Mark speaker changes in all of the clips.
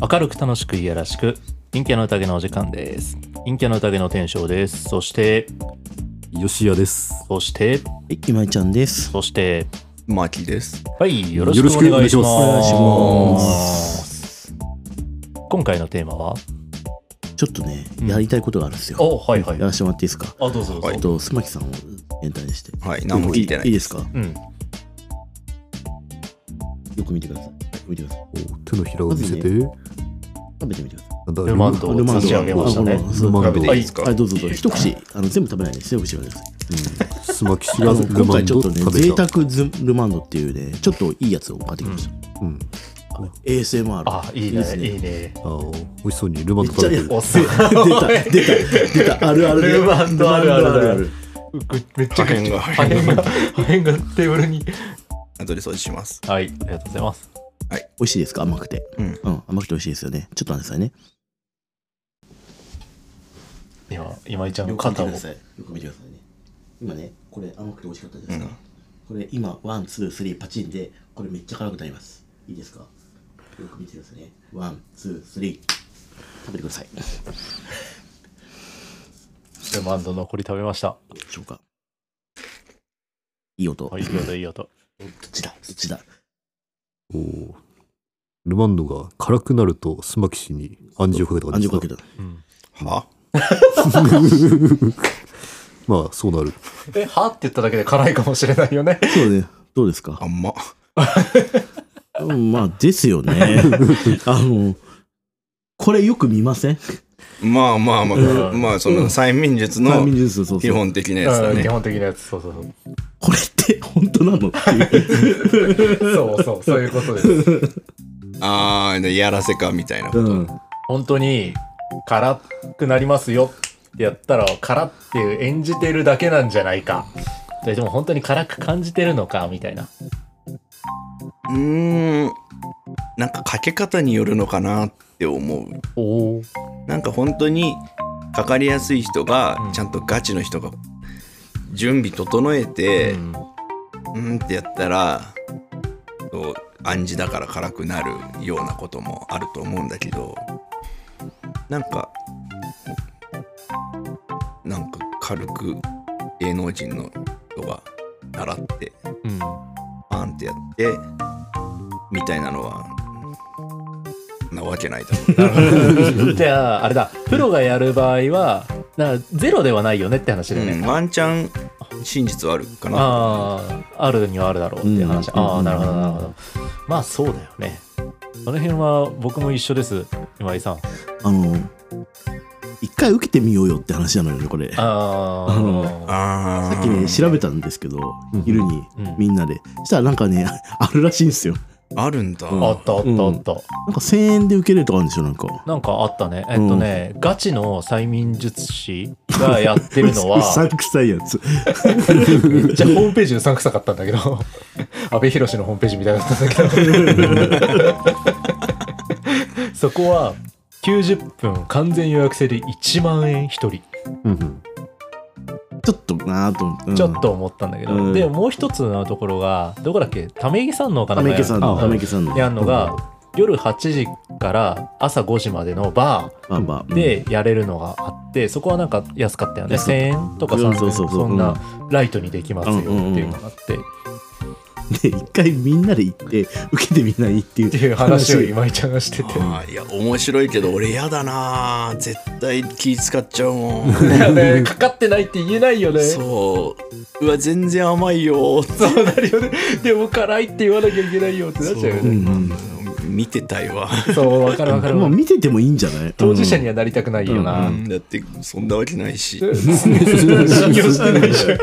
Speaker 1: 明るく楽しくいやらしく陰キャの宴のお時間です陰キャの宴の天翔ですそして
Speaker 2: よしやです。
Speaker 1: そして
Speaker 3: はい、今井ちゃんです。
Speaker 1: そして
Speaker 4: マキです。
Speaker 1: はいよろしくお願いします
Speaker 2: よろしく
Speaker 3: お願いし
Speaker 1: 今回のテーマは
Speaker 3: ちょっとね、
Speaker 1: うん
Speaker 3: やりたいことがあるんですよ。
Speaker 1: おはいはい
Speaker 3: や
Speaker 1: あ
Speaker 3: らせてもらっていいですか。
Speaker 1: どうぞどうぞ、
Speaker 3: えっと、須磨木さんを変態にして。
Speaker 4: はい、何も聞いてない
Speaker 3: いい
Speaker 4: で。
Speaker 3: ですすか。
Speaker 1: うん
Speaker 3: よく見てください。見てください。
Speaker 2: お手のひらを見せて。
Speaker 3: 食べてみてくださ
Speaker 2: なんだ
Speaker 1: ルマンド
Speaker 3: い。ルマ
Speaker 1: 差
Speaker 3: ンド
Speaker 1: し上げましたね
Speaker 3: あそう
Speaker 2: ルマンド
Speaker 4: 食べていいですか、
Speaker 3: はい、どうぞどうぞ。一口、あの、全部食べないですよ。一口ください。
Speaker 2: スマキシ
Speaker 3: あ
Speaker 2: が
Speaker 3: の
Speaker 2: ル
Speaker 3: 今
Speaker 2: マン
Speaker 3: 回ち
Speaker 2: ド
Speaker 3: ょっとね、
Speaker 2: 食べ
Speaker 3: 贅
Speaker 2: た。
Speaker 3: 沢ズルマンドっていうね、ちょっといいやつを買ってきました。
Speaker 2: うん。
Speaker 3: ASMR。
Speaker 1: あいいねいいね。
Speaker 2: あー美味しそうにルマン
Speaker 3: めっ
Speaker 2: ド
Speaker 3: ち
Speaker 2: 食
Speaker 3: ゃ
Speaker 2: べて
Speaker 3: やる。出
Speaker 2: る。
Speaker 1: お
Speaker 3: た、出た、出た、あるあるね。
Speaker 1: ルマンドあるあるある
Speaker 3: ルマンド
Speaker 1: めっち
Speaker 4: 破
Speaker 1: ゃ
Speaker 4: 片が
Speaker 1: 破片が破片がテーブルに
Speaker 4: 後で掃除します。
Speaker 1: はいありがとうございます
Speaker 3: 美味しいですか甘くて。
Speaker 4: うん。
Speaker 3: うん、甘くて美味しいですよね。ちょっと待ってくださいね。
Speaker 1: 今今井ちゃんの
Speaker 3: よく見て
Speaker 1: 肩を
Speaker 3: ください。よく見てくださいね。今ね、これ甘くて美味しかったじゃ
Speaker 4: う
Speaker 3: ないで
Speaker 4: ん
Speaker 3: すか。これ今、ワン、ツー、スリー、パチンで、これめっちゃ辛くなります。いいですかよく見てくださいね。ワン、ツー、スリー。食べてください。どう
Speaker 1: ルマンド残り食べました
Speaker 3: でしょうかいい音。
Speaker 1: あいい音いい音
Speaker 3: どっちだどっちだ
Speaker 2: おールマンドが辛くなるとスマキシに暗示をかけた
Speaker 3: 暗
Speaker 2: 感じ
Speaker 3: 示
Speaker 2: です
Speaker 3: かけ
Speaker 2: か。
Speaker 3: た。
Speaker 1: うん
Speaker 4: は
Speaker 2: まあそうなる。
Speaker 1: えはって言っただけで辛いかもしれないよね
Speaker 3: そうね。どうですか
Speaker 4: あんま。
Speaker 3: うんまあ、ですよね。あの、これよく見ません
Speaker 4: まあまあまあ、
Speaker 1: うん
Speaker 4: まあその催眠術
Speaker 3: 催
Speaker 4: の
Speaker 3: 眠術、そう
Speaker 4: 基
Speaker 3: そう。
Speaker 4: 本的なやつだ
Speaker 1: うん基
Speaker 4: ね。
Speaker 1: 本的なやつそうそうそう
Speaker 3: これって本当なのっていう。
Speaker 1: そうそう、そういうことです。
Speaker 4: ああ、でやらせかみたいな。
Speaker 3: うん。
Speaker 1: 本当に、辛くなりますよってやったら、辛っていう演じてるだけなんじゃないか。ででも本当に辛く感じてるのか、みたいな。
Speaker 4: うーん。なんかかけ方によるのかなって思う。
Speaker 1: おお。
Speaker 4: なんか本当にかかりやすい人が、
Speaker 1: うん
Speaker 4: ちゃんとガチの人が準備整えて、
Speaker 1: うん
Speaker 4: うんってやったらそう暗示だから辛くなるようなこともあると思うんだけどなんかなんか軽く芸能人の人が習って
Speaker 1: うん。
Speaker 4: パンってやってみたいなのはなわけないだろ う
Speaker 1: じゃあ、あれだ、プロがやる場合は、なゼロではないよねって話だよ
Speaker 4: う
Speaker 1: ね。
Speaker 4: ん、ワンチャン真実はあるかな
Speaker 1: ああ、あるにはあるだろうっていう話。
Speaker 3: うん
Speaker 1: ああ、なるほど、なるほど。まあ、そうだよね。その辺は僕も一緒です、今井さん。
Speaker 3: あの、一回受けてみようよって話なのよね、これ。さ
Speaker 1: あ
Speaker 3: あ
Speaker 1: あ
Speaker 3: の。
Speaker 4: あー
Speaker 3: っきね、調べたんですけど
Speaker 2: うん、
Speaker 3: 昼に
Speaker 1: うん
Speaker 3: みんなで。したらなんかね、 あるらしいんですよ。
Speaker 4: あるんだ、
Speaker 3: うん
Speaker 1: あったあったあった。
Speaker 3: なんか1000円で受けれるとかあるんですよ、なんか。
Speaker 1: なんかあったね。えっとね、ガチの催眠術師がやってるの
Speaker 3: う
Speaker 1: は、
Speaker 3: さんくさいやつ。
Speaker 1: めっちゃホームページうさんくさかったんだけど、 安倍博士のホームページみたいだったんだけど、 そこは90分完全予約制で1万円1人、
Speaker 2: うんうん。
Speaker 3: ちょっとなぁと思って。うん
Speaker 1: ちょっと。思ったんだけど、
Speaker 3: うん
Speaker 1: で、もう一つのところが、どこだっけ、ため池さんのかな
Speaker 3: ため池さん
Speaker 1: う
Speaker 3: の、ため池さんの。
Speaker 1: やんのが、夜8時から朝5時までのバ
Speaker 3: まあまあ。
Speaker 1: ーでやれるのがあって、そこはなんか安かったよね。
Speaker 3: 安か
Speaker 1: 1000
Speaker 3: った
Speaker 1: 円とか
Speaker 3: うん
Speaker 1: 3000
Speaker 3: そう
Speaker 1: 円、
Speaker 3: そうそう
Speaker 1: そんなライトにできますよっていうのがあって、
Speaker 3: うん、で、一回みんなで行って、受けてみないっていう。
Speaker 1: っていう話を 今井ちゃんがしてて。
Speaker 4: あーいや面白いけど俺やだなー絶対気使っちゃうもん
Speaker 1: いや ね、かかってないって言えないよね。そう
Speaker 4: そううわ全然甘いよー
Speaker 1: なるよね。 でも辛いって言わなきゃいけないよってなっちゃうよ
Speaker 3: う
Speaker 1: ね。
Speaker 3: んうん
Speaker 4: 見てたいわ、
Speaker 1: そう、わかるわかる
Speaker 3: まあ。見ててもいいんじゃない
Speaker 1: 当事者にはなりたくないよな。
Speaker 4: うんだってそんなわけないし
Speaker 1: 信用 してないじゃん。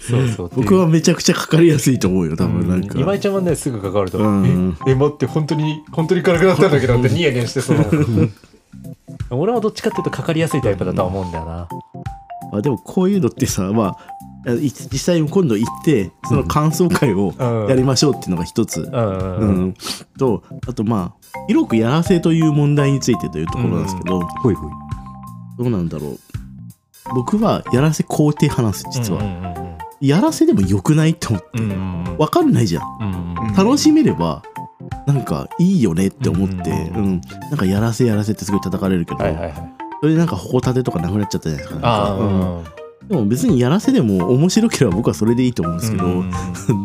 Speaker 1: そうそう。
Speaker 3: 僕はめちゃくちゃかかりやすいと思うよ、多分なんか。
Speaker 1: 今井ちゃんはね、すぐかかると、
Speaker 3: うん
Speaker 1: え、え待って、本当に、本当に辛くなったんだけ どってニヤニヤしてそう。 俺はどっちかっていうとかかりやすいタイプだとは思うんだよな。
Speaker 3: あでもこういうのってさ、まあ、い実際に今度行ってその感想会を
Speaker 1: うん
Speaker 3: やりましょうっていうのが一つ、
Speaker 1: うんうんう
Speaker 3: う
Speaker 1: んん。
Speaker 3: とあとまあ広くやらせという問題についてというところなんですけど、
Speaker 2: ほいほい。
Speaker 3: どうなんだろう僕はやらせ肯定派なんです実は、
Speaker 1: は。
Speaker 3: やらせでもよくないって思って、
Speaker 1: うんうんうん。
Speaker 3: 分かんないじゃん
Speaker 1: うんうんうん
Speaker 4: うん
Speaker 3: 楽しめればなんかいいよねって思って、
Speaker 1: うん
Speaker 3: うんなんかやらせやらせってすごい叩かれるけど、
Speaker 1: はいはいはい。
Speaker 3: それでなんか矛盾とかなくなっちゃったじゃないですかなんか
Speaker 1: ああ、うん。
Speaker 3: うんでも別にやらせでも面白ければ僕はそれでいいと思うんですけど、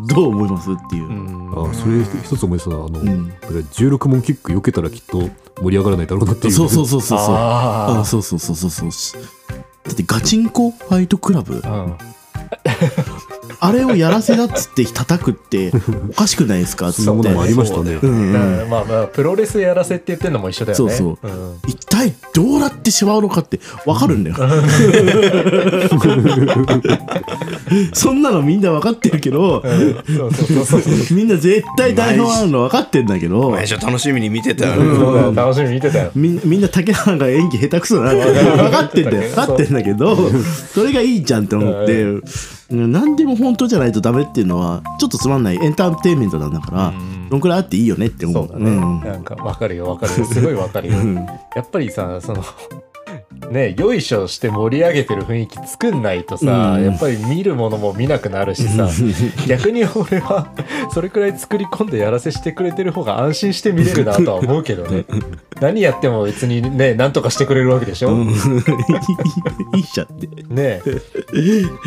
Speaker 3: どう思いますっていうう、
Speaker 1: ん。
Speaker 2: あそれ一つ思い出したのはあの、
Speaker 3: うん
Speaker 2: だから16問キック避けたらきっと盛り上がらないだろうなっていう
Speaker 3: そうそううそうそうそうあ
Speaker 1: あ
Speaker 3: そうそうそうそうそうしだってガチンコファイトクラブ
Speaker 1: あ。うん。
Speaker 3: あれをやらせだっつって叩く っておかしくないですかっつ
Speaker 2: そんなも
Speaker 3: って
Speaker 2: のもありましたね
Speaker 1: そうだよ
Speaker 3: うんうん
Speaker 1: だからまあまあ、プロレスやらせって言ってんのも一緒だよね。
Speaker 3: そう
Speaker 1: う
Speaker 3: そ
Speaker 1: ん。
Speaker 3: 一体どうなってしまうのかってわかるんだよ そんなのみんな分かってるけど
Speaker 1: うんそうそうそうそう。
Speaker 3: みんな絶対台本あるの分かってんだけど
Speaker 4: 毎週楽しみに見てたよ
Speaker 3: う
Speaker 4: ね
Speaker 3: ん
Speaker 1: そうだよ楽しみに見てたよ。
Speaker 3: みんみんな竹原が演技下手くそだな分かってんだよ分
Speaker 1: そう
Speaker 3: かってんだけどそれがいいじゃんって思ってうん何でも本当じゃないとダメっていうのはちょっとつまんないエンターテインメントなんだからどんくらいあっていいよねって
Speaker 1: そ
Speaker 3: 思う
Speaker 1: うだね。
Speaker 3: ん
Speaker 1: なんか、わかるよ、わか るよ。すごいわかるよ
Speaker 3: う。ん
Speaker 1: やっぱりさ、その、ね、よいしょして盛り上げてる雰囲気作んないとさ、
Speaker 3: うん
Speaker 1: やっぱり見るものも見なくなるしさ、逆に俺は、それくらい作り込んでやらせしてくれてる方が安心して見れるなとは思うけどね。何やっても別にね、なんとかしてくれるわけでしょ、
Speaker 3: うんいいじゃんって
Speaker 1: ねえ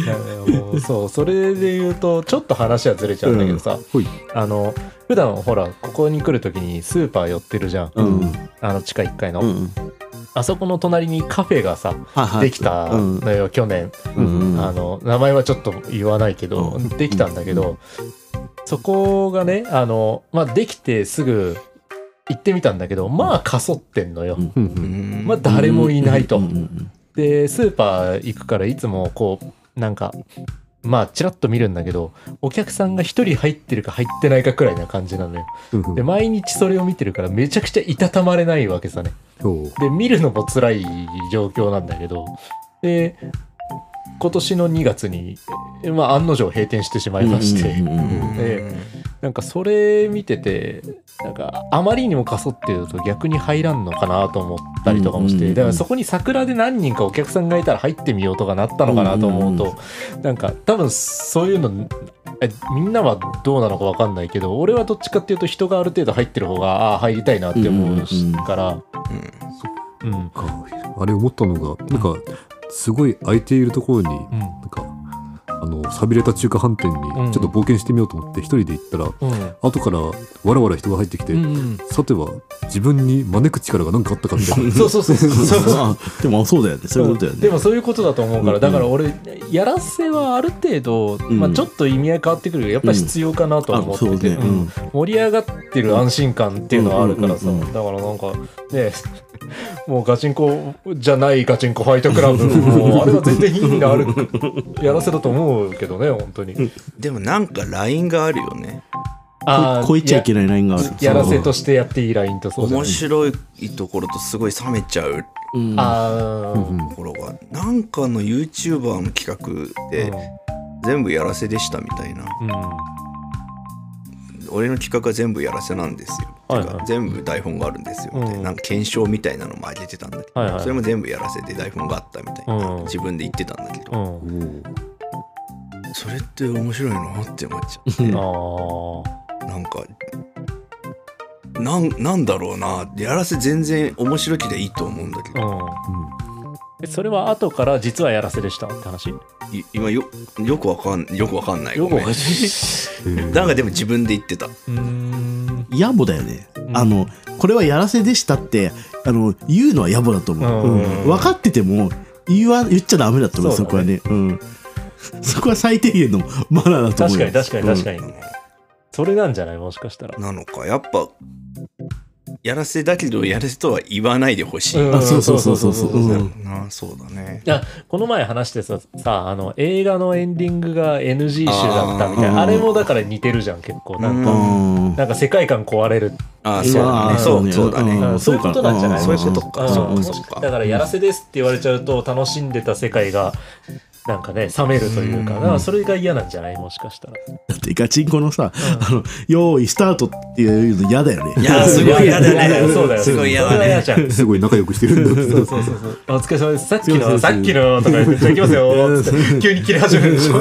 Speaker 1: あのそうそれで言うとちょっと話はずれちゃうんだけどさ、
Speaker 2: ほい
Speaker 1: あの普段ほらここに来る時にスーパー寄ってるじゃん、
Speaker 3: うん
Speaker 1: あの地下1階の、
Speaker 3: うん
Speaker 1: あそこの隣にカフェがさできた
Speaker 3: うん
Speaker 1: のよ、去年、
Speaker 3: うんうん
Speaker 1: あの名前はちょっと言わないけど、
Speaker 3: うん
Speaker 1: できたんだけど、そこがねあの、まあ、できてすぐ行ってみたんだけどまあかそってんのよ、
Speaker 3: うん
Speaker 2: うんう
Speaker 4: うんん
Speaker 1: まあ誰もいないと。
Speaker 3: うんうん
Speaker 1: でスーパー行くからいつもこうなんかまあチラッと見るんだけどお客さんが1人入ってるか入ってないかくらいな感じなのよ
Speaker 2: うんうん
Speaker 1: で毎日それを見てるからめちゃくちゃいたたまれないわけさね
Speaker 2: そう
Speaker 1: で見るのも辛い状況なんだけどで今年の2月に、えまあ、案の定閉店してしまいまして、
Speaker 3: うんうんうんうん
Speaker 1: えなんかそれ見ててなんかあまりにもかそってると逆に入らんのかなと思ったりとかもして、
Speaker 3: うんうんうん
Speaker 1: だからそこに桜で何人かお客さんがいたら入ってみようとかなったのかなと思うと、
Speaker 3: うん
Speaker 1: なんか多分そういうのえみんなはどうなのか分かんないけど俺はどっちかっていうと人がある程度入ってる方がああ入りたいなって思うし
Speaker 3: うんうんうん
Speaker 1: から。うん
Speaker 2: かあれ思ったのがなんかすごい空いているところに
Speaker 1: うん
Speaker 2: なんかあの寂れた中華飯店に
Speaker 1: うん
Speaker 2: ちょっと冒険してみようと思って一人で行ったら
Speaker 1: うん
Speaker 2: 後からわらわら人が入ってきて、
Speaker 1: うん
Speaker 2: さては自分に招く力が何かあったかみたいな
Speaker 1: そうそうそうそうそう
Speaker 3: あでもそうだよねそういうことだよね
Speaker 1: でもそういうことだと思うから、
Speaker 3: うんうん
Speaker 1: だから俺やらせはある程度、
Speaker 3: ん
Speaker 1: まあ、ちょっと意味合い変わってくるけどやっぱ必要かなとは思ってて、
Speaker 3: うんあそうねうん
Speaker 1: 盛り上がってる安心感っていうのはあるからさ、
Speaker 3: うんうんうんう
Speaker 1: だからなんかね もうガチンコじゃないガチンコファイトクラブもあれは全然意味のあるやらせだと思うけどね本当に
Speaker 4: でもなんかラインがあるよね
Speaker 1: あー
Speaker 3: こ超えちゃいけないラインがある
Speaker 1: ややらせとしてやっていいラインとそうじゃな
Speaker 4: 面
Speaker 1: い
Speaker 4: 白いところとすごい冷めちゃう
Speaker 3: うん
Speaker 1: あー
Speaker 2: うん
Speaker 4: ところがなんかの YouTuber の企画で全部やらせでしたみたいな
Speaker 1: うんうん
Speaker 4: 俺の企画は全部やらせなんですよ、
Speaker 1: はい
Speaker 4: て
Speaker 1: はい
Speaker 4: か全部台本があるんですよみたいな,、
Speaker 1: うん
Speaker 4: なんか検証みたいなのもあげてたんだけど、
Speaker 1: はいはい
Speaker 4: それも全部やらせで台本があったみたいな、
Speaker 1: うん
Speaker 4: 自分で言ってたんだけど、
Speaker 1: うん
Speaker 2: うん
Speaker 4: それって面白いなって思っちゃって
Speaker 1: あー
Speaker 4: なんかなんなんだろうなやらせ全然面白きでいいと思うんだけど、
Speaker 1: うんえそれは後から実はやらせでしたって話よ
Speaker 4: い今よよくわかんよくわかんない
Speaker 1: く
Speaker 4: ご
Speaker 1: わ
Speaker 4: め
Speaker 1: か
Speaker 4: ん
Speaker 1: んない
Speaker 2: うん
Speaker 4: なんかでも自分で言ってた
Speaker 1: うーん
Speaker 3: 野暮だよね、
Speaker 1: ん
Speaker 3: あのこれはやらせでしたってあの言うのは野暮だと思う、
Speaker 1: うん
Speaker 3: うん分かってても言わ言っちゃダメだと思うそ
Speaker 1: そう
Speaker 3: こは
Speaker 1: だ
Speaker 3: ね、うん、 そこは最低限のマナーだと
Speaker 1: 確
Speaker 3: 思う
Speaker 1: かに確かに確か
Speaker 3: に、
Speaker 1: に、それなんじゃないもしかしたら
Speaker 4: なのかやっぱやらせだけどやらせとは言わないでほしい、
Speaker 1: うん
Speaker 3: あそうそうそうそうそう
Speaker 1: そうそう
Speaker 4: だ
Speaker 3: う
Speaker 4: よ
Speaker 3: ん
Speaker 4: なそうだね
Speaker 1: いやこの前話してささあの映画のエンディングが NG 集だったみたいなあ
Speaker 3: あー
Speaker 1: れもだから似てるじゃん結構なんか、
Speaker 3: うん
Speaker 1: なんか世界観壊れる、
Speaker 4: あそうだ
Speaker 3: あ
Speaker 4: ね
Speaker 3: ー
Speaker 4: そうそうだね、
Speaker 3: ん
Speaker 1: うんそういうことなんじゃない
Speaker 4: そういうことか
Speaker 1: うん
Speaker 4: そう
Speaker 1: も
Speaker 4: か
Speaker 1: し
Speaker 4: そうか
Speaker 1: だからやらせですって言われちゃうと楽しんでた世界がなんかね冷めるというかだからそれが嫌なんじゃないもしかしたら
Speaker 3: だってガチンコのさ「あの用意スタート」っていうの嫌だよね
Speaker 4: いやーすごい嫌だね
Speaker 1: いやいやそうだよ
Speaker 4: すごい嫌だ
Speaker 1: そ
Speaker 4: ね
Speaker 1: れは嫌じゃん
Speaker 2: すごい仲良くしてるん だ
Speaker 1: そうそうそうそう。お疲れ様です。さっき
Speaker 3: そうそうそ
Speaker 1: の、
Speaker 3: う
Speaker 1: さっきのとか言って、じゃあ行きますよーっつって、急に切れ始めるでしょ。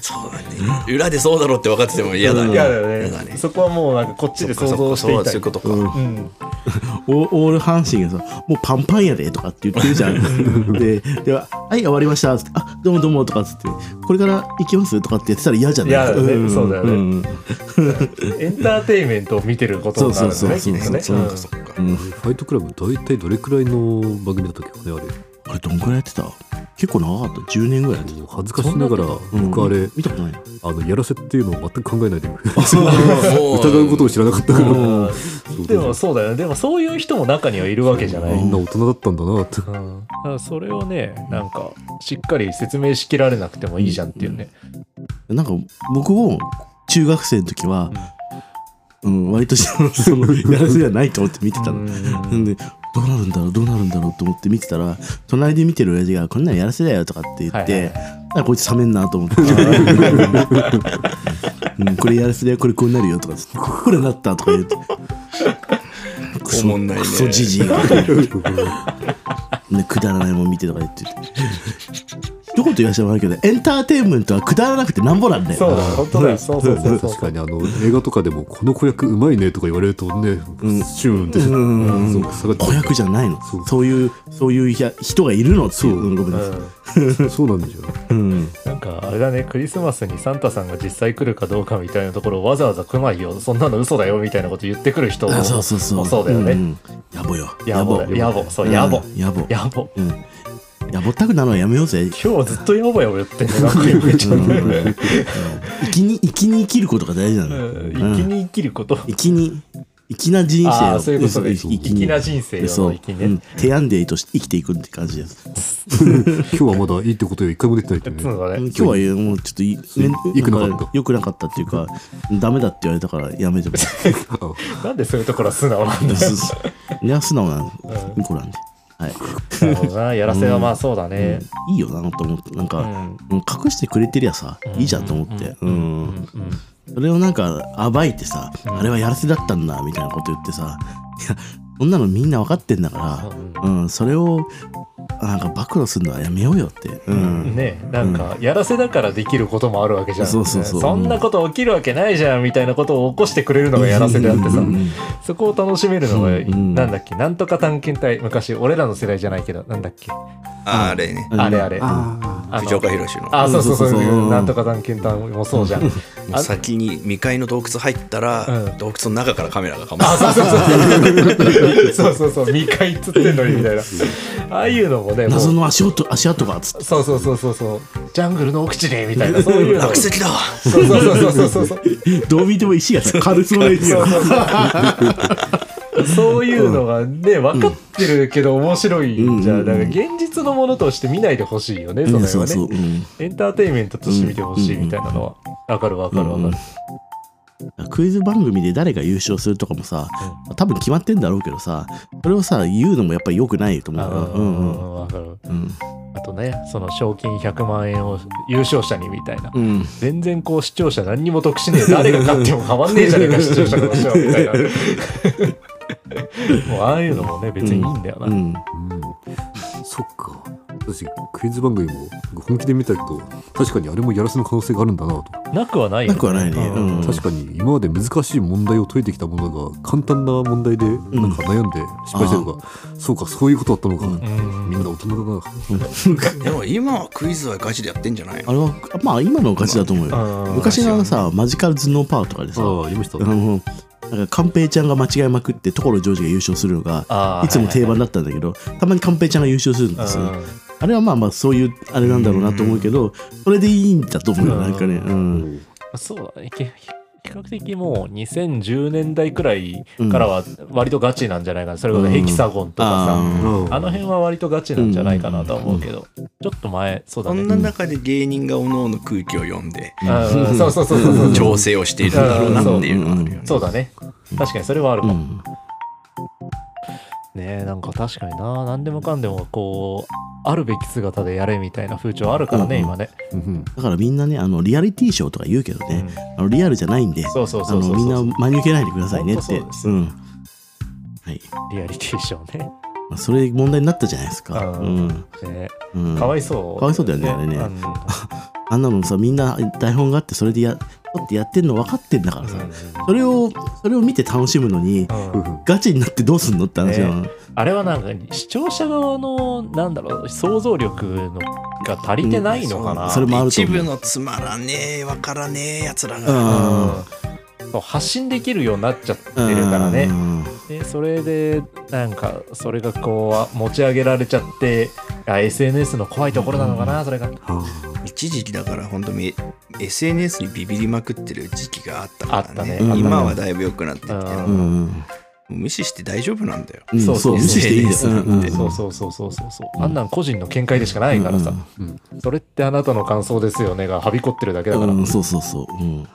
Speaker 4: そうだね裏でそうだろうって分かってても嫌だね
Speaker 1: 嫌だよね
Speaker 4: 嫌だね
Speaker 1: そこはもうなんかこっちで想像して
Speaker 4: そ
Speaker 1: いうた
Speaker 4: そう
Speaker 1: い
Speaker 4: いうことか、
Speaker 1: う
Speaker 4: うん
Speaker 3: オオール阪神がさ、もうパンパンやでとかって言ってるじゃん。で、では、はい、終わりました。つってあ、どうもどうもとかっつって、これから行きますとかってやってたら嫌じゃない
Speaker 1: 嫌だよね
Speaker 3: ん
Speaker 1: そうだよね
Speaker 3: ん
Speaker 1: エンターテインメントを見てることになるんだねき
Speaker 3: そうそう
Speaker 1: っと
Speaker 3: そう
Speaker 1: ね
Speaker 3: そう
Speaker 1: うん
Speaker 4: そっか、
Speaker 3: うん
Speaker 2: ファイトクラブ大体どれくらいの番組だったっけかねあ
Speaker 3: あれ、どんくらいやってた結構長かった。10年ぐらいやって
Speaker 2: れ恥ずかしながら
Speaker 3: た。うん
Speaker 2: 僕あれ
Speaker 3: 見たことない。
Speaker 2: あのやらせっていうのを全く考え ないで
Speaker 4: もう
Speaker 2: 疑うことを知らなかったから
Speaker 3: うん
Speaker 2: そう
Speaker 1: でもそうだよねでもそういう人も中にはいるわけじゃない、
Speaker 2: みんな大人だったんだなって
Speaker 1: うん、だからそれをねなんかしっかり説明しきられなくてもいいじゃんっていうね、
Speaker 3: なんか、僕も中学生の時は、うん、割とその、その、やらせではないと思って見てたの。んでどうなるんだろうどうなるんだろうと思って見てたら隣で見てる親父が「こんなんやらせだよ」とかって言って、
Speaker 1: はいはい
Speaker 3: あこいつ冷めんなと思って、うん、これやらせだよこれこうなるよとかつってこれなったとか言ってク
Speaker 4: おもんないね
Speaker 3: クソじじいがねくだらないもん見てとか言ってて一言言わせてもらうけどエンターテインメントはくだらなくてなんぼなんだよ
Speaker 1: そうだ本当だよそうそうそうそう
Speaker 2: 確かにあの映画とかでもこの子役うまいねとか言われるとね、
Speaker 3: ん
Speaker 2: シューンって、
Speaker 3: うん
Speaker 2: そう下がって
Speaker 3: 子役じゃないの
Speaker 2: そう
Speaker 3: そういうそういうひゃ人がいるのっていううんごめんなさい、
Speaker 1: うん
Speaker 2: そうなんですよ
Speaker 3: うん
Speaker 1: なんかあれだねクリスマスにサンタさんが実際来るかどうかみたいなところをわざわざ来ないよそんなの嘘だよみたいなこと言ってくる人も
Speaker 3: あそうそうそう
Speaker 1: そうだよね、
Speaker 3: んやぼよ
Speaker 1: 野暮だよ野暮そう野暮
Speaker 3: やぼ
Speaker 1: やぼ
Speaker 3: やぼったくなのはやめようぜ
Speaker 1: 今日ずっとやぼやぼ言ってんねなんかよく言っちゃうね
Speaker 3: うんうん生きに生きに生きることが大事なの、
Speaker 1: うん生きに生きること
Speaker 3: 生きに生きな人生
Speaker 1: あ
Speaker 3: を
Speaker 1: あそういうことで
Speaker 3: そ
Speaker 1: 生
Speaker 3: う生き
Speaker 1: き
Speaker 3: に
Speaker 1: な人生を
Speaker 3: そ
Speaker 1: 生
Speaker 3: う、
Speaker 1: き
Speaker 3: う
Speaker 1: ね
Speaker 3: ん、手やんでいとして生きていくって感じです、
Speaker 2: 今日はまだいいってことよ一回も出てないって
Speaker 1: つ う
Speaker 2: ね
Speaker 1: のが
Speaker 3: うん
Speaker 1: ね
Speaker 3: 今日はもうちょっとい
Speaker 2: そう良くなかった
Speaker 3: ん良くなかったっていうかダメだって言われたからやめても
Speaker 1: なんでそういうところは素直なんだ
Speaker 3: そうそういや素直なの
Speaker 1: う
Speaker 3: こなんで、はい
Speaker 1: なるほどなやらせはまあそうだね
Speaker 3: いいよなと思ってなん
Speaker 1: う
Speaker 3: か、
Speaker 1: ん
Speaker 3: うん隠してくれてりゃさいいじゃんと思ってうん
Speaker 1: うん
Speaker 3: それをなんか暴いてさ、
Speaker 1: うん
Speaker 3: あれはやらせだったんだみたいなこと言ってさいやそんなのみんな分かってんだか
Speaker 1: そう
Speaker 3: ら、うん、それをなんか暴露するのはやめようよって、う
Speaker 1: うんんねなんかやらせだからできることもあるわけじゃん
Speaker 3: そうそうそう
Speaker 1: ねんなこと起きるわけないじゃんみたいなことを起こしてくれるのがやらせであってさ
Speaker 3: うん
Speaker 1: そこを楽しめるのがいい
Speaker 3: うん
Speaker 1: なんだっけなんとか探検隊昔俺らの世代じゃないけどなんだっけ
Speaker 4: ああれね
Speaker 3: うん
Speaker 1: あれあれ
Speaker 2: あ
Speaker 1: あの
Speaker 4: 藤岡弘の
Speaker 1: あそうそうそう
Speaker 3: そうそうそう
Speaker 1: なんとか探検隊もそうじゃん
Speaker 4: も
Speaker 1: あ
Speaker 4: う先に未開の洞窟入った
Speaker 1: う
Speaker 4: ら
Speaker 1: ん
Speaker 4: 洞窟の中からカメラが構
Speaker 1: あ、
Speaker 4: え
Speaker 1: そうそうそう。そうそうそう、未開っつってんのにみたいな。ああいうのもね、もう
Speaker 3: 謎の足音足跡がつって
Speaker 1: そうそうそうそうそう。ジャングルの奥地でみたいな、そういう
Speaker 4: て
Speaker 1: の。
Speaker 4: 落
Speaker 1: そう
Speaker 4: 石だわ
Speaker 1: そうそうそうそうそう。
Speaker 3: どう見ても石が軽そうな石
Speaker 1: そう
Speaker 3: が
Speaker 1: そうそう。そういうのがね、分かってるけど面白いんじゃ、
Speaker 3: うんん
Speaker 1: だから現実のものとして見ないでほしいよね、その
Speaker 3: そ
Speaker 1: 辺
Speaker 3: う
Speaker 1: は
Speaker 3: そう、
Speaker 1: ね。
Speaker 3: うん
Speaker 1: エンターテインメントとして見てほしいみたいなのは。わかるわかるわかる。
Speaker 3: クイズ番組で誰が優勝するとかもさ、多分決まってんだろうけどさそれをさ言うのもやっぱり良くないと思
Speaker 1: あ
Speaker 3: うから
Speaker 1: う
Speaker 3: うん
Speaker 1: うんん
Speaker 3: う
Speaker 1: うんんわかる。
Speaker 3: うん
Speaker 1: あとね、その賞金100万円を優勝者にみたいな。
Speaker 3: うん
Speaker 1: 全然こう視聴者何にも得しねえ誰が勝っても変わんねえじゃねえか視聴者の人はみた いなもうああいうのもね別にいいんだよな、
Speaker 3: うん
Speaker 2: あそっか私クイズ番組も本気で見たけど確かにあれもやらせの可能性があるんだなと、
Speaker 1: なくはないよ
Speaker 3: なくはないねうん
Speaker 2: 確かに今まで難しい問題を解いてきたものが簡単な問題でなんか悩んで失敗したとか、そうかそういうことだったのか、
Speaker 1: うん
Speaker 2: みんな大人だな
Speaker 4: でも今はクイズはガチでやってんじゃない
Speaker 3: あれはまあ今の勝ちだと思うよ
Speaker 1: うん
Speaker 3: 昔のあのさマジカル頭脳パワーとかでさ
Speaker 2: ああやりました、
Speaker 3: あのなんか寛平ちゃんが間違えまくって所ジョージが優勝するのが
Speaker 1: あー
Speaker 3: いつも定番だったんだけどたまに寛平ちゃんが優勝するんですよ
Speaker 1: うん
Speaker 3: あれはまあまあそういうあれなんだろうなと思うけどそれでいいんだと思うよ
Speaker 1: うん
Speaker 3: なんかねうん
Speaker 1: そうだねけ比較的もう2010年代くらいからは割とガチなんじゃないかなそれこそヘキサゴンとかさ、
Speaker 3: あ
Speaker 2: うん
Speaker 1: あの辺は割とガチなんじゃないかなとは思うけど、ちょっと前そうだ
Speaker 4: そ
Speaker 1: ね
Speaker 4: んな中で芸人がおのおの空気を読んで
Speaker 1: うんうんそうそうそうそうそう
Speaker 4: 調整をしているんだろうなっていうのはあるよね
Speaker 1: そうだね確かにそれはあるか
Speaker 3: ーう
Speaker 1: も、
Speaker 3: ん
Speaker 1: ねえなんか確かにな何でもかんでもこうあるべき姿でやれみたいな風潮あるからね、
Speaker 3: うん
Speaker 1: 今ね、
Speaker 2: うん
Speaker 3: だからみんなねあのリアリティショーとか言うけど
Speaker 1: う
Speaker 3: ね
Speaker 1: ん
Speaker 3: あのリアルじゃないんで
Speaker 1: そうそう
Speaker 3: あ
Speaker 1: そうそ
Speaker 3: の
Speaker 1: う
Speaker 3: みんな真に受けないでくださいねっ
Speaker 1: 本
Speaker 3: て
Speaker 1: 当そうです
Speaker 3: うんはい
Speaker 1: リアリティショーね
Speaker 3: まあ、それ問題になったじゃないですか。
Speaker 1: あー
Speaker 3: うん
Speaker 1: ね
Speaker 3: うん、
Speaker 1: かわいそう。
Speaker 3: かわいそうだよねあれね
Speaker 1: うん
Speaker 3: あんなのさみんな台本があってそれでや撮ってやってんの分かってんだからさ、それをそれを見て楽しむのに
Speaker 1: うん
Speaker 3: ガチになってどうすんのって話なの、
Speaker 1: あれはなんか視聴者側のなんだろう想像力のが足りてないのかな。
Speaker 3: うんそれもあると
Speaker 4: 一
Speaker 3: 思う
Speaker 4: 部のつまらねえわからねえやつら
Speaker 3: う
Speaker 4: が、
Speaker 1: うんそう発信できるようになっちゃってるからね
Speaker 3: う。ん
Speaker 1: でそれでなんかそれがこう持ち上げられちゃってあ SNS の怖いところなのかな、それが
Speaker 2: は
Speaker 4: 一時期だから本当に SNS にビビりまくってる時期があったからね
Speaker 1: あった
Speaker 3: ね
Speaker 4: 今はだいぶ良くなってきて、
Speaker 1: うん
Speaker 4: も
Speaker 3: うん
Speaker 4: う無視して大丈夫なんだよ
Speaker 3: うん
Speaker 1: そう
Speaker 3: そう無視していいんだよ
Speaker 4: SNS なんて
Speaker 1: そうそうそうそうそうそうあんなん個人の見解でしかないからさ、それってあなたの感想ですよねがはびこってるだけだ
Speaker 3: う
Speaker 1: か
Speaker 3: ん
Speaker 1: ら、
Speaker 3: うんそうそうそう、うん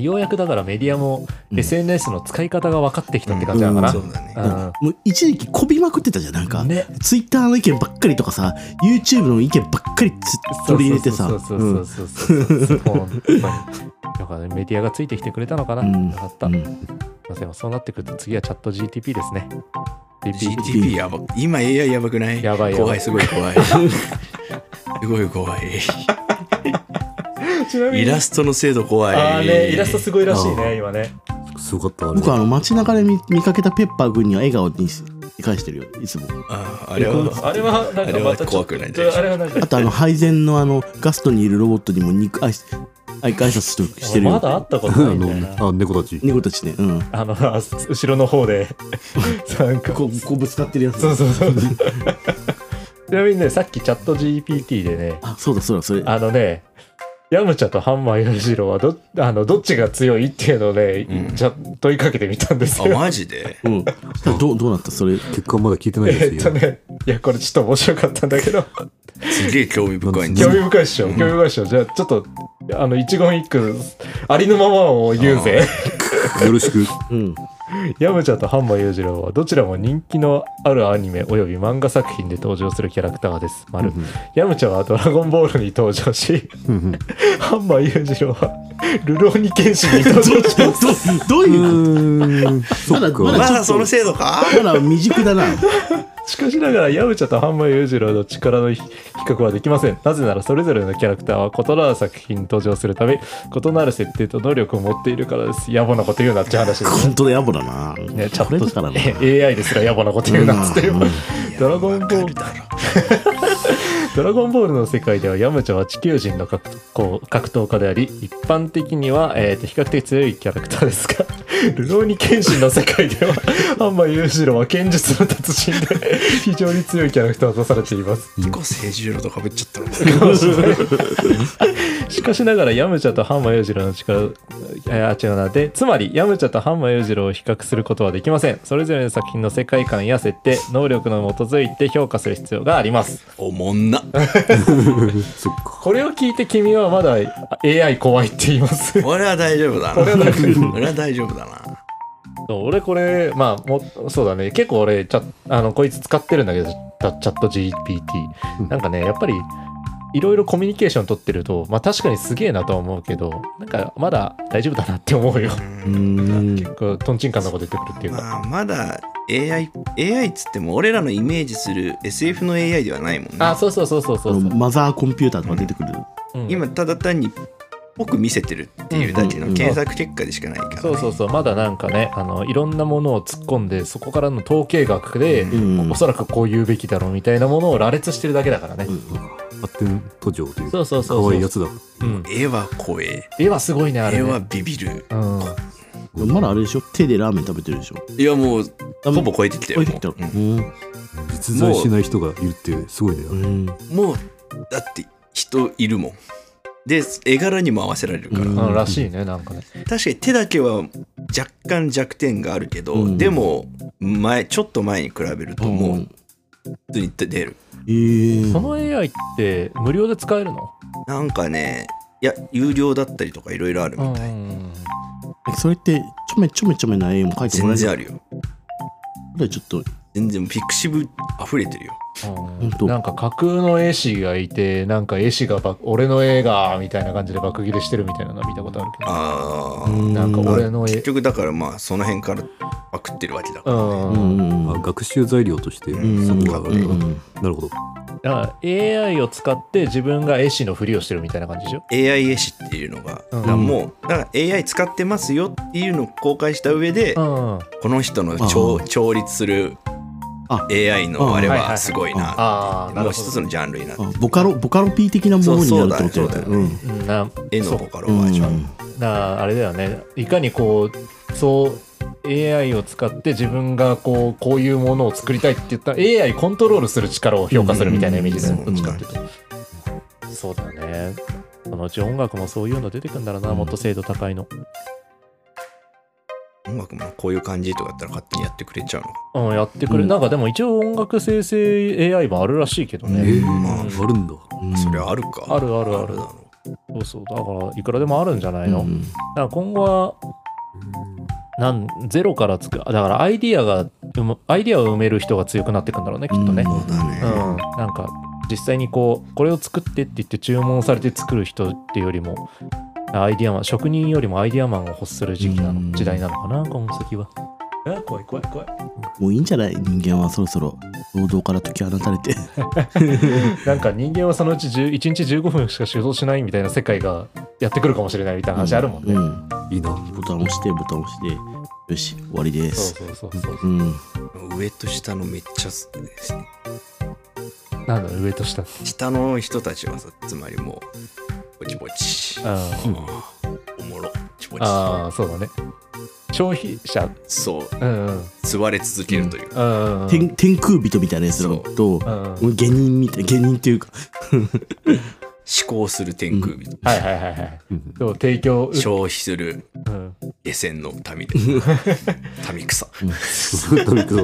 Speaker 1: ようやくだからメディアも
Speaker 3: うん
Speaker 1: SNS の使い方が分かってきたって感じなのかな、
Speaker 4: そうだね
Speaker 1: うん
Speaker 3: もう一時期こびまくってたじゃんなんか、
Speaker 1: ね
Speaker 3: ツイッターの意見ばっかりとかさ YouTube の意見ばっかりつ取り入れてさ
Speaker 1: そうそうそうそうそうそうそう本当にだからねメディアがついてきてくれたのかな、
Speaker 3: うん
Speaker 1: よかった、
Speaker 3: うんう
Speaker 1: ま
Speaker 3: ん
Speaker 1: あでもそうなってくると次はチャット GTP ですね GTP
Speaker 4: GTP やば今 AI やばくない
Speaker 1: やばいよ
Speaker 4: 怖いすごい怖いすごい怖い
Speaker 1: ちなみ
Speaker 4: イ
Speaker 1: に
Speaker 4: ラストの精度怖い
Speaker 1: あーねイラストすごいらしいね今ね
Speaker 2: あすごかったあれ
Speaker 3: 僕あの街中で見見かけたペッパー君には笑顔にし返してるよいつも
Speaker 4: あーあれは
Speaker 1: あれはなんかまたちょっと
Speaker 4: あれは怖くない
Speaker 1: ちょっとあれはなんか
Speaker 3: あと あの配膳のあのガストにいるロボットにも肉挨拶挨拶してしてるよ
Speaker 1: まだ会ったことないんだよな
Speaker 2: あ猫たち
Speaker 3: 猫たちねうん
Speaker 1: あのあ後ろの方でなんか
Speaker 3: こうこうぶつかってるやつ
Speaker 1: そうそうそうちなみにねさっきチャット GPT でね
Speaker 3: あそうだそうだそれ
Speaker 1: あのねヤムチャとハンマーヨシロはどあのどっちが強いっていうのをね、
Speaker 4: うん
Speaker 1: ちゃ問いかけてみたんです
Speaker 4: あ
Speaker 1: よ。
Speaker 4: マジで
Speaker 3: うんどうどうなったそれ
Speaker 2: 結果まだ聞いてない
Speaker 1: え
Speaker 2: で
Speaker 1: っ
Speaker 2: す
Speaker 1: と
Speaker 2: よ
Speaker 1: ねいやこれちょっと面白かったんだけど
Speaker 4: すげえ興味深いんです
Speaker 1: 興
Speaker 4: よ
Speaker 1: 味深いっしょ興味深いっしょじゃあちょっとあの一言一句ありのままを言うぜ。
Speaker 2: よろしく
Speaker 3: うん
Speaker 1: ヤムチャとハンマユージロウはどちらも人気のあるアニメおよび漫画作品で登場するキャラクターです。丸ヤムチャはドラゴンボールに登場し、ハンマユージロウはルローニケンシンに登場 します。
Speaker 3: どう
Speaker 2: う
Speaker 3: いう
Speaker 2: ーんそっ
Speaker 3: ま
Speaker 2: か
Speaker 4: まだその精度か
Speaker 3: まだ未熟だな
Speaker 1: しかしながらヤムチャとハンマユージロウの力の比較はできません。なぜならそれぞれのキャラクターは異なる作品に登場するため、異なる設定と能力を持っているからです。野暮なこと言うなって話です。
Speaker 3: 本当だ野暮だな
Speaker 1: ね、チャ
Speaker 3: これだ
Speaker 1: ッ
Speaker 3: から
Speaker 1: ト
Speaker 3: な
Speaker 1: AI ですら野暮なこと言うなっつって、
Speaker 3: うんうん
Speaker 1: ドラゴンボー
Speaker 4: わか
Speaker 1: ル
Speaker 4: るだろ
Speaker 1: ドラゴンボールの世界ではヤムチャは地球人の格闘格闘家であり一般的には、えーと比較的強いキャラクターですが ルローニケンシンの世界ではハンマユージロは剣術の達人で非常に強いキャラクターとされています
Speaker 4: 彦星十郎とかぶっちゃったの
Speaker 1: しかしながらヤムチャとハンマユージロの力えーあ違うなでつまりヤムチャとハンマユージロを比較することはできませんそれぞれの作品の世界観や設定能力の基づいて評価する必要があります
Speaker 4: おもんな
Speaker 2: そっか
Speaker 1: これを聞いて君はまだ AI 怖いって言います
Speaker 4: 俺は大丈夫だな
Speaker 1: 俺は大
Speaker 4: 俺は大丈夫だな
Speaker 1: そう俺これまあもそうだね結構俺チャあのこいつ使ってるんだけどチャチャット GPT、
Speaker 2: うん
Speaker 1: なんかねやっぱりいろいろコミュニケーション取ってるとまあ確かにすげえなとは思うけどなんかまだ大丈夫だなって思うよ
Speaker 3: うん
Speaker 1: 結構トンチンカンなこと言ってくるっていうか、
Speaker 4: まあまだ AI, AI っつっても俺らのイメージする SF の AI ではないもんね
Speaker 1: あそうそうそうそうそ
Speaker 3: あ
Speaker 1: う
Speaker 3: の
Speaker 1: そう、
Speaker 3: マザーコンピューターとか出てくる
Speaker 1: うん
Speaker 4: 今ただ単にぽく見せてるっていうだけの
Speaker 3: うん
Speaker 4: 検索結果でしかないから、ね
Speaker 1: そうそうそうまだなんかねあのいろんなものを突っ込んでそこからの統計学で、
Speaker 3: うん
Speaker 1: おそらくこう言うべきだろうみたいなものを羅列してるだけだからね、
Speaker 2: 発展途上という
Speaker 1: そうそうそうそう
Speaker 2: 可愛いやつだ
Speaker 1: うん、
Speaker 4: 絵は怖え
Speaker 1: 絵はすごいねあれ
Speaker 4: 絵
Speaker 1: ね
Speaker 4: はビビる
Speaker 1: うん
Speaker 3: まだあれでしょ手でラーメン食べてるでしょ
Speaker 4: いやもうほぼ
Speaker 3: こ
Speaker 4: 超えてきたよ
Speaker 3: 置いてきた
Speaker 4: もううん
Speaker 3: うん
Speaker 2: 実在しない人がいるってすごいね
Speaker 3: うん
Speaker 4: もうだって人いるもんで絵柄にも合わせられるから、
Speaker 3: うん
Speaker 1: うんらしいねなんかね
Speaker 4: 確かに手だけは若干弱点があるけど、
Speaker 3: うん
Speaker 4: でも前ちょっと前に比べるともう普通に出る、
Speaker 3: えー
Speaker 1: その AI って無料で使えるの
Speaker 4: なんかねいや有料だったりとかいろいろあるみたい、
Speaker 3: それってちょめちょめちょめな絵も描いてもら
Speaker 4: 全
Speaker 3: えるの
Speaker 4: 然あるよ
Speaker 3: これちょっと
Speaker 4: 全然フィクシブ溢れてるよ
Speaker 1: うん
Speaker 3: 本当
Speaker 1: なんか架空の絵師がいてなんか絵師がば俺の絵がみたいな感じで爆切れしてるみたいなのは見たことあるけど
Speaker 4: あ
Speaker 3: う
Speaker 4: ー
Speaker 3: ん
Speaker 1: なんか俺の絵
Speaker 4: 結局だからまあその辺からパクってるわけだ
Speaker 1: う
Speaker 4: から、
Speaker 1: ん、
Speaker 3: うんうん
Speaker 2: まあ、学習材料としてそこ
Speaker 4: うん
Speaker 2: が
Speaker 3: うんうん
Speaker 2: なるほど
Speaker 1: あ AI を使って自分が絵師のふりをしてるみたいな感じでしょ
Speaker 4: AI 絵師っていうのが、
Speaker 1: うん
Speaker 4: だからもうだから AI 使ってますよっていうのを公開した上で、
Speaker 1: うん
Speaker 4: この人の調
Speaker 3: あ
Speaker 4: 調律する
Speaker 3: あ
Speaker 4: AI のあれ
Speaker 1: はいはいは
Speaker 4: はいすごいなって
Speaker 1: ああな
Speaker 4: も
Speaker 1: る
Speaker 4: う
Speaker 1: ほ
Speaker 4: 一
Speaker 1: ど
Speaker 4: つのジャンルになって
Speaker 3: あボカロボカロ P 的なものになるってことだよ
Speaker 4: そうそうだよねそうだよ
Speaker 3: ね
Speaker 1: うんな
Speaker 4: 絵
Speaker 1: そ
Speaker 4: の
Speaker 1: う
Speaker 4: 方から
Speaker 3: う
Speaker 4: バージョン、
Speaker 3: ん
Speaker 1: なあれだよねいかにこうそう AI を使って自分がこうこういうものを作りたいって言ったら AI コントロールする力を評価するみたいなイメージだよね、
Speaker 4: うん
Speaker 1: どっちかっていうと、そうだねそのうち音楽もそういうの出てくんだろうな、もっと精度高いの
Speaker 4: 音楽もこういう感じとかだったら勝手にやってくれちゃうのか
Speaker 1: うんやってくれ、
Speaker 3: うん
Speaker 1: なんかでも一応音楽生成 AI もあるらしいけど
Speaker 2: え
Speaker 1: ね、
Speaker 2: ー
Speaker 4: ま
Speaker 2: あるんだ
Speaker 3: うん
Speaker 4: それはあるか
Speaker 1: あるあるある
Speaker 4: だろ
Speaker 1: そうそうだからいくらでもあるんじゃないの、
Speaker 3: うん
Speaker 1: だから今後はなんゼロから作るあだからアイディアが生むアイディアを埋める人が強くなってくんだろうねきっとね、
Speaker 3: うん
Speaker 4: うそうだね、
Speaker 1: うん、なんか実際にこうこれを作ってって言って注文されて作る人っていうよりもアイディアマン職人よりもアイディアマンを欲する時期な
Speaker 3: うん
Speaker 1: の時代なのかなこの先はえ怖い怖い怖い
Speaker 3: もういいんじゃない人間はそろそろ労働から解き放たれて
Speaker 1: なんか人間はそのうち10 1日15分しか仕事しないみたいな世界がやってくるかもしれないみたいな話あるもんね、
Speaker 3: うん
Speaker 2: いいな
Speaker 3: ボタン押してボタン押してよし終わりです
Speaker 1: そうそうそうそう
Speaker 3: うん
Speaker 4: 上と下のめっちゃす
Speaker 1: なんだろう上と下
Speaker 4: 下の人たちはさつまりもうポチポチ
Speaker 1: あー
Speaker 4: おもろポチポチ
Speaker 1: あーそうだね消費者
Speaker 4: そう
Speaker 1: うんうん
Speaker 4: 座れ続けるという、
Speaker 1: うんうん
Speaker 3: 天天空人みたいなやつらと
Speaker 1: うんうん
Speaker 3: もう下人みたい下人っていうか
Speaker 4: 思考する天空人、
Speaker 1: はいはいはいはい
Speaker 2: うん
Speaker 1: そう提供
Speaker 4: 消費する
Speaker 1: うん
Speaker 4: 下船の民で民草
Speaker 2: すごい食べてた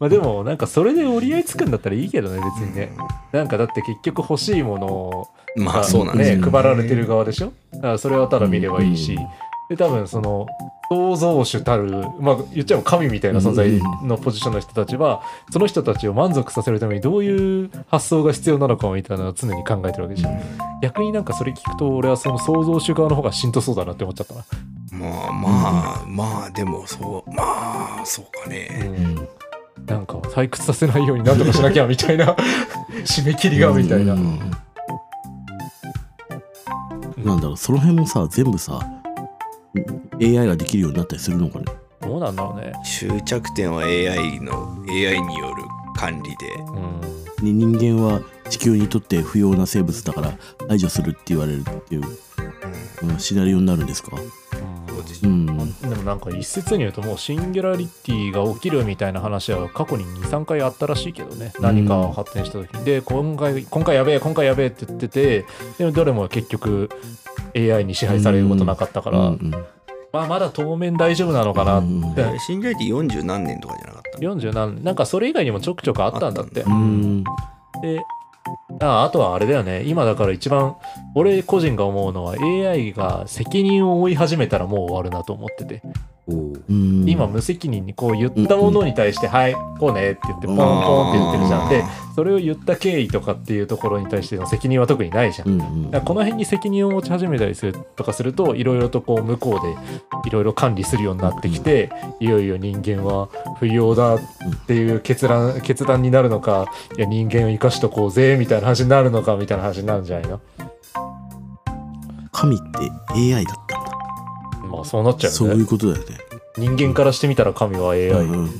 Speaker 1: まあでもなんかそれで折り合いつくんだったらいいけどね別にねなんかだって結局欲しいものを
Speaker 4: ま
Speaker 1: が
Speaker 4: あそうなんですよ
Speaker 1: ね配られてる側でしょだからそれはただ見ればいいし、で多分その創造主たるまあ言っちゃえば神みたいな存在のポジションの人たちはその人たちを満足させるためにどういう発想が必要なのかみたいなのを常に考えてるわけでしょ、逆になんかそれ聞くと俺はその創造主側の方がしんどそうだなって思っちゃったな、
Speaker 4: まあまあまあでもそうまあそうかね、
Speaker 1: なんか退屈させないようになんとかしなきゃみたい な締め切りがみたいな、
Speaker 3: うんなんだろうその辺もさ全部さ AI ができるようになったりするのかね
Speaker 1: どうなんだろうね
Speaker 4: 終着点は AI の AI による管理で
Speaker 1: うん
Speaker 3: に人間は地球にとって不要な生物だから排除するって言われるっていう、うんシナリオになるんですかうん
Speaker 1: でもなんか一説に言うともうシンギュラリティが起きるみたいな話は過去に23回あったらしいけどね何かを発展した時にで今回今回やべえ今回やべえって言っててでもどれも結局 AI に支配されることなかったから、
Speaker 3: うん
Speaker 1: まあ、まだ当面大丈夫なのかなって、
Speaker 3: うん
Speaker 4: え信頼って40何年とかじゃなかった
Speaker 1: 40何なんかそれ以外にもちょくちょくあったんだって
Speaker 4: あった
Speaker 3: うん
Speaker 1: でああとはあれだよね今だから一番俺個人が思うのは AI が責任を負い始めたらもう終わるなと思ってて
Speaker 2: おー
Speaker 3: うん
Speaker 1: 今無責任にこう言ったものに対して「はいこうね」って言ってポンポンって言ってるじゃんでそれを言った経緯とかっていうところに対しての責任は特にないじゃん。
Speaker 3: う
Speaker 1: だ
Speaker 3: んうん
Speaker 1: からこの辺に責任を持ち始めたりするとかするといろいろとこう向こうでいろいろ管理するようになってきていよいよ人間は不要だっていう決断決断になるのかいや人間を生かしとこうぜみたいな話になるのかみたいな話になるんじゃないの
Speaker 3: 神って AI だったんだ
Speaker 1: まあそうなっちゃう
Speaker 3: そう
Speaker 1: よ
Speaker 3: い
Speaker 1: ね
Speaker 3: うことだよね、
Speaker 1: 人間からしてみたら神は AI
Speaker 3: うんだ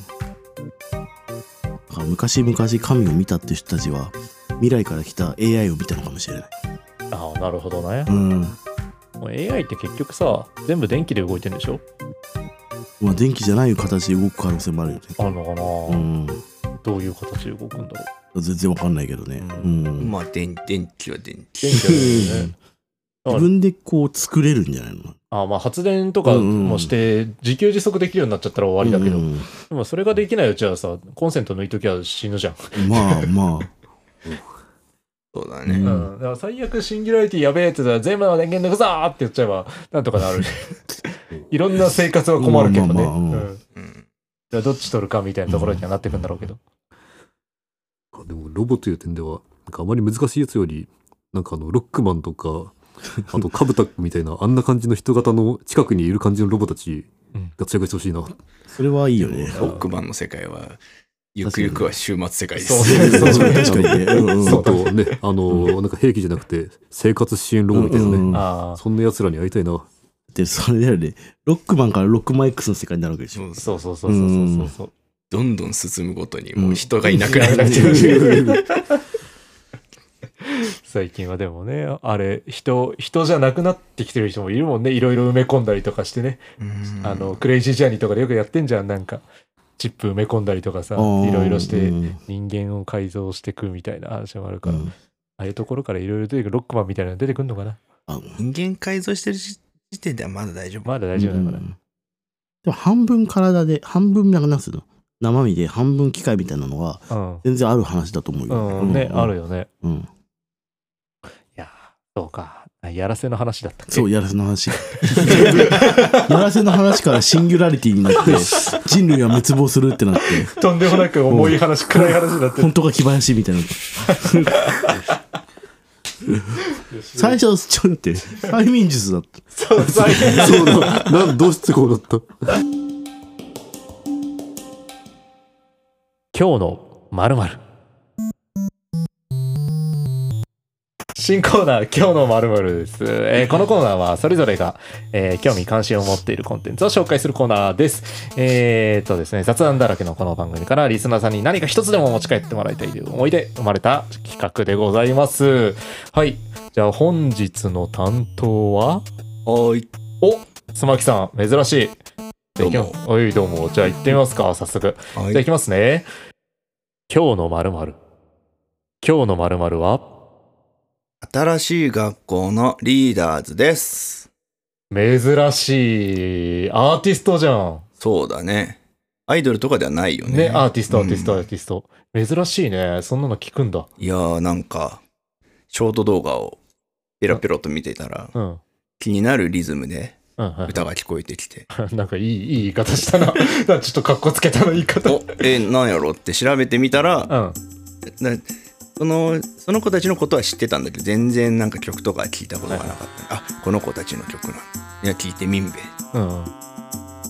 Speaker 3: から昔々神を見たって人たちは未来から来た AI を見たのかもしれない、
Speaker 1: ああなるほどね
Speaker 3: う
Speaker 1: も
Speaker 3: ん
Speaker 1: う AI って結局さ全部電気で動いてるんでしょ
Speaker 3: まあ、電気じゃない形で動く可能性もあるよね、
Speaker 1: あるのかな、
Speaker 3: うん、
Speaker 1: どういう形で動くんだろう
Speaker 3: 全然わかんないけどね、うん
Speaker 4: まあ電電気は電気
Speaker 1: 電気だ よね
Speaker 3: 自分でこう作れるんじゃないの
Speaker 1: あまあ発電とかもして自給自足できるようになっちゃったら終わりだけど、
Speaker 3: うん
Speaker 1: でもそれができないうちはさコンセント抜いときゃ死ぬじゃん、
Speaker 3: まあまあ
Speaker 4: そうだ
Speaker 3: う
Speaker 4: ね
Speaker 1: うんんだから最悪シンギュラリティやべえって言ったら全部の電源抜くぞーって言っちゃえばなんとかなるいろんな生活は困るけどね、
Speaker 3: まあまあまあう
Speaker 1: うん
Speaker 3: ん
Speaker 1: だか
Speaker 4: うん
Speaker 1: らどっち取るかみたいなところにはなってくんだろうけど、
Speaker 2: でもロボという点ではなんかあまり難しいやつよりなんかあのロックマンとかあとカブタックみたいなあんな感じの人型の近くにいる感じのロボたちが活躍してほしいな、
Speaker 3: それはいいよね。
Speaker 4: ロックマンの世界は、ゆくゆくは終末世界です。
Speaker 1: そうそう
Speaker 3: 確かに
Speaker 1: そう
Speaker 3: ね。うんうん
Speaker 2: あとねあのなんか兵器じゃなくて生活支援ロボみたいなね、
Speaker 3: うんうん
Speaker 1: あ
Speaker 2: そんなやつらに会いたいな
Speaker 3: で、それだよね。ロックマンからロックマン X の世界になるわけでしょ。
Speaker 1: あそうそうそうそうそうそうそう
Speaker 4: どんどん進むごとに、もう人がいなくなってきてる。
Speaker 1: 最近はでもねあれ人人じゃなくなってきてる人もいるもんねいろいろ埋め込んだりとかしてね、
Speaker 4: うん
Speaker 1: あのクレイジージャーニーとかでよくやってんじゃんなんかチップ埋め込んだりとかさい
Speaker 3: あ ー
Speaker 1: ろいろし
Speaker 3: う
Speaker 1: て
Speaker 3: ん
Speaker 1: 人間を改造してくみたいな話もある
Speaker 3: う
Speaker 1: から、あ
Speaker 3: ん
Speaker 1: あいうところからいろいろ出てくるロックマンみたいなの出てくるのかな
Speaker 3: あ
Speaker 4: 人間改造してる時点ではまだ大丈夫。
Speaker 1: まだ大丈夫なのかな、
Speaker 3: うんでも半分体で、半分なんかなんすの生身で半分機械みたいなのは
Speaker 1: うん
Speaker 3: 全然ある話だと思うよ。
Speaker 1: うん、ね、ある
Speaker 3: よ。
Speaker 1: よね。
Speaker 3: うん
Speaker 1: いやー、そうか。やらせの話だったっけ
Speaker 3: そう、やらせの話。 やらせの話からシンギュラリティになって、人類は滅亡するってなって、
Speaker 1: とんでもなく重い話、暗い話になってる
Speaker 3: 本当が木林みたいな。最初、ちょっと待って、催眠術だった。
Speaker 1: そう、最近。
Speaker 2: そうだなんどうしてこうなった
Speaker 1: 今日のまるまる新コーナー「今日のまるまるです、えーこのコーナーはそれぞれが、えー興味関心を持っているコンテンツを紹介するコーナーです。えー、っとですね雑談だらけのこの番組からリスナーさんに何か一つでも持ち帰ってもらいたいという思いで生まれた企画でございます。はいじゃあ本日の担当は
Speaker 4: はい。
Speaker 1: お須磨木さん珍しい。
Speaker 4: どうも
Speaker 1: おいどうもじゃあ行ってみますか早速。
Speaker 4: は
Speaker 1: じゃあいきますね。今日のまるまる。今日のまるまるは
Speaker 4: 新しい学校のリーダーズです。
Speaker 1: 珍しいアーティストじゃん。
Speaker 4: そうだね。アイドルとかではないよね。
Speaker 1: ね、アーティスト、アーティスト、
Speaker 4: うん
Speaker 1: アーティスト。珍しいね。そんなの聞くんだ。
Speaker 4: いやーなんか、ショート動画をペラペラと見ていたら、
Speaker 1: うん。うん
Speaker 4: 気になるリズムで
Speaker 1: は
Speaker 4: 歌が聞こえてきて、
Speaker 1: い、 なんかいい、いい言い方したな。 なんかちょっとかっこつけたの言い方。
Speaker 4: お、え、なんやろって調べてみたら、
Speaker 1: うん。
Speaker 4: なその、その子たちのことは知ってたんだけど、全然なんか曲とか聞いたことがなかった。あ、この子たちの曲なんだ。いや、聞いてみんべ。
Speaker 1: うん。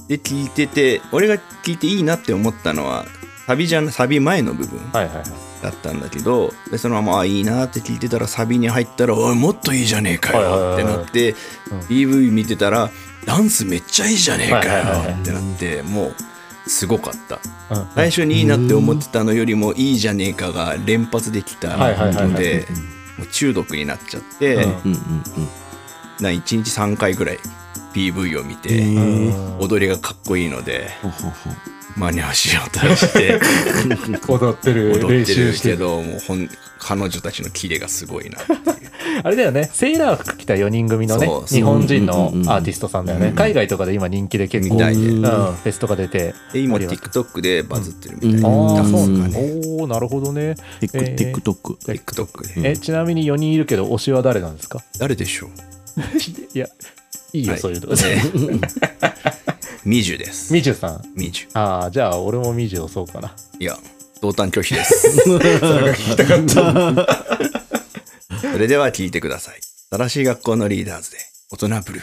Speaker 4: で、聞いてて、俺が聞いていいなって思ったのは、サビじゃな、サビ前の部分
Speaker 1: はいはいはい。
Speaker 4: だったんだけど、でそのまま、あ、いいなって聞いてたら、サビに入ったら、おい、もっといいじゃねえか
Speaker 1: はいはいはい
Speaker 4: よって
Speaker 1: はい
Speaker 4: なって、
Speaker 1: うん
Speaker 4: PV 見てたら、ダンスめっちゃいいじゃねえか
Speaker 1: はいはいはい
Speaker 4: よってなって、もう、すごかった。
Speaker 1: うん
Speaker 4: 最初にいいなって思ってたのよりもいいじゃねえかが連発できた
Speaker 1: はいはいはいはい
Speaker 4: のでもう中毒になっちゃって、
Speaker 1: うん
Speaker 3: うんうん
Speaker 4: な1日3回ぐらい PV を見て、
Speaker 3: うん。えー
Speaker 1: うん
Speaker 4: 踊りがかっこいいので
Speaker 3: ほほほ
Speaker 4: 真似をしようと して
Speaker 1: 踊ってる、
Speaker 4: 踊
Speaker 1: 練
Speaker 4: って
Speaker 1: 習
Speaker 4: る
Speaker 1: してる。
Speaker 4: けどもうほん彼女たちのキレがすごいな
Speaker 1: あれだよね、セーラー服着た4人組のね
Speaker 4: そう、
Speaker 1: 日本人の
Speaker 3: うんうんうん
Speaker 1: アーティストさんだよ
Speaker 4: う
Speaker 1: ね。
Speaker 4: ん
Speaker 1: 海外とかで今人気で結構、
Speaker 4: みたいで
Speaker 1: うん、
Speaker 3: ん
Speaker 1: フェスとか出て。
Speaker 4: で今
Speaker 1: ありがと
Speaker 4: TikTok でバズってるみた
Speaker 1: あ
Speaker 4: いな、
Speaker 1: あ
Speaker 4: ダンス
Speaker 1: そう
Speaker 4: が
Speaker 1: なんだ
Speaker 4: ね
Speaker 1: おおなるほどね
Speaker 3: テ
Speaker 1: えー
Speaker 3: ック、テ ック
Speaker 4: TikTok で
Speaker 1: えちなみに4人いるけど推しは誰なんですか
Speaker 4: 誰でしょう
Speaker 1: いやいいよ、
Speaker 4: はい
Speaker 1: そういうの
Speaker 4: えミジュです
Speaker 1: みじゅさん
Speaker 4: ミジ
Speaker 1: ああじゃあ俺もみじゅをそうかな
Speaker 4: ュいや同担拒否ですそれでは聞いてください。新しい学校のリーダーズで大人ブルー。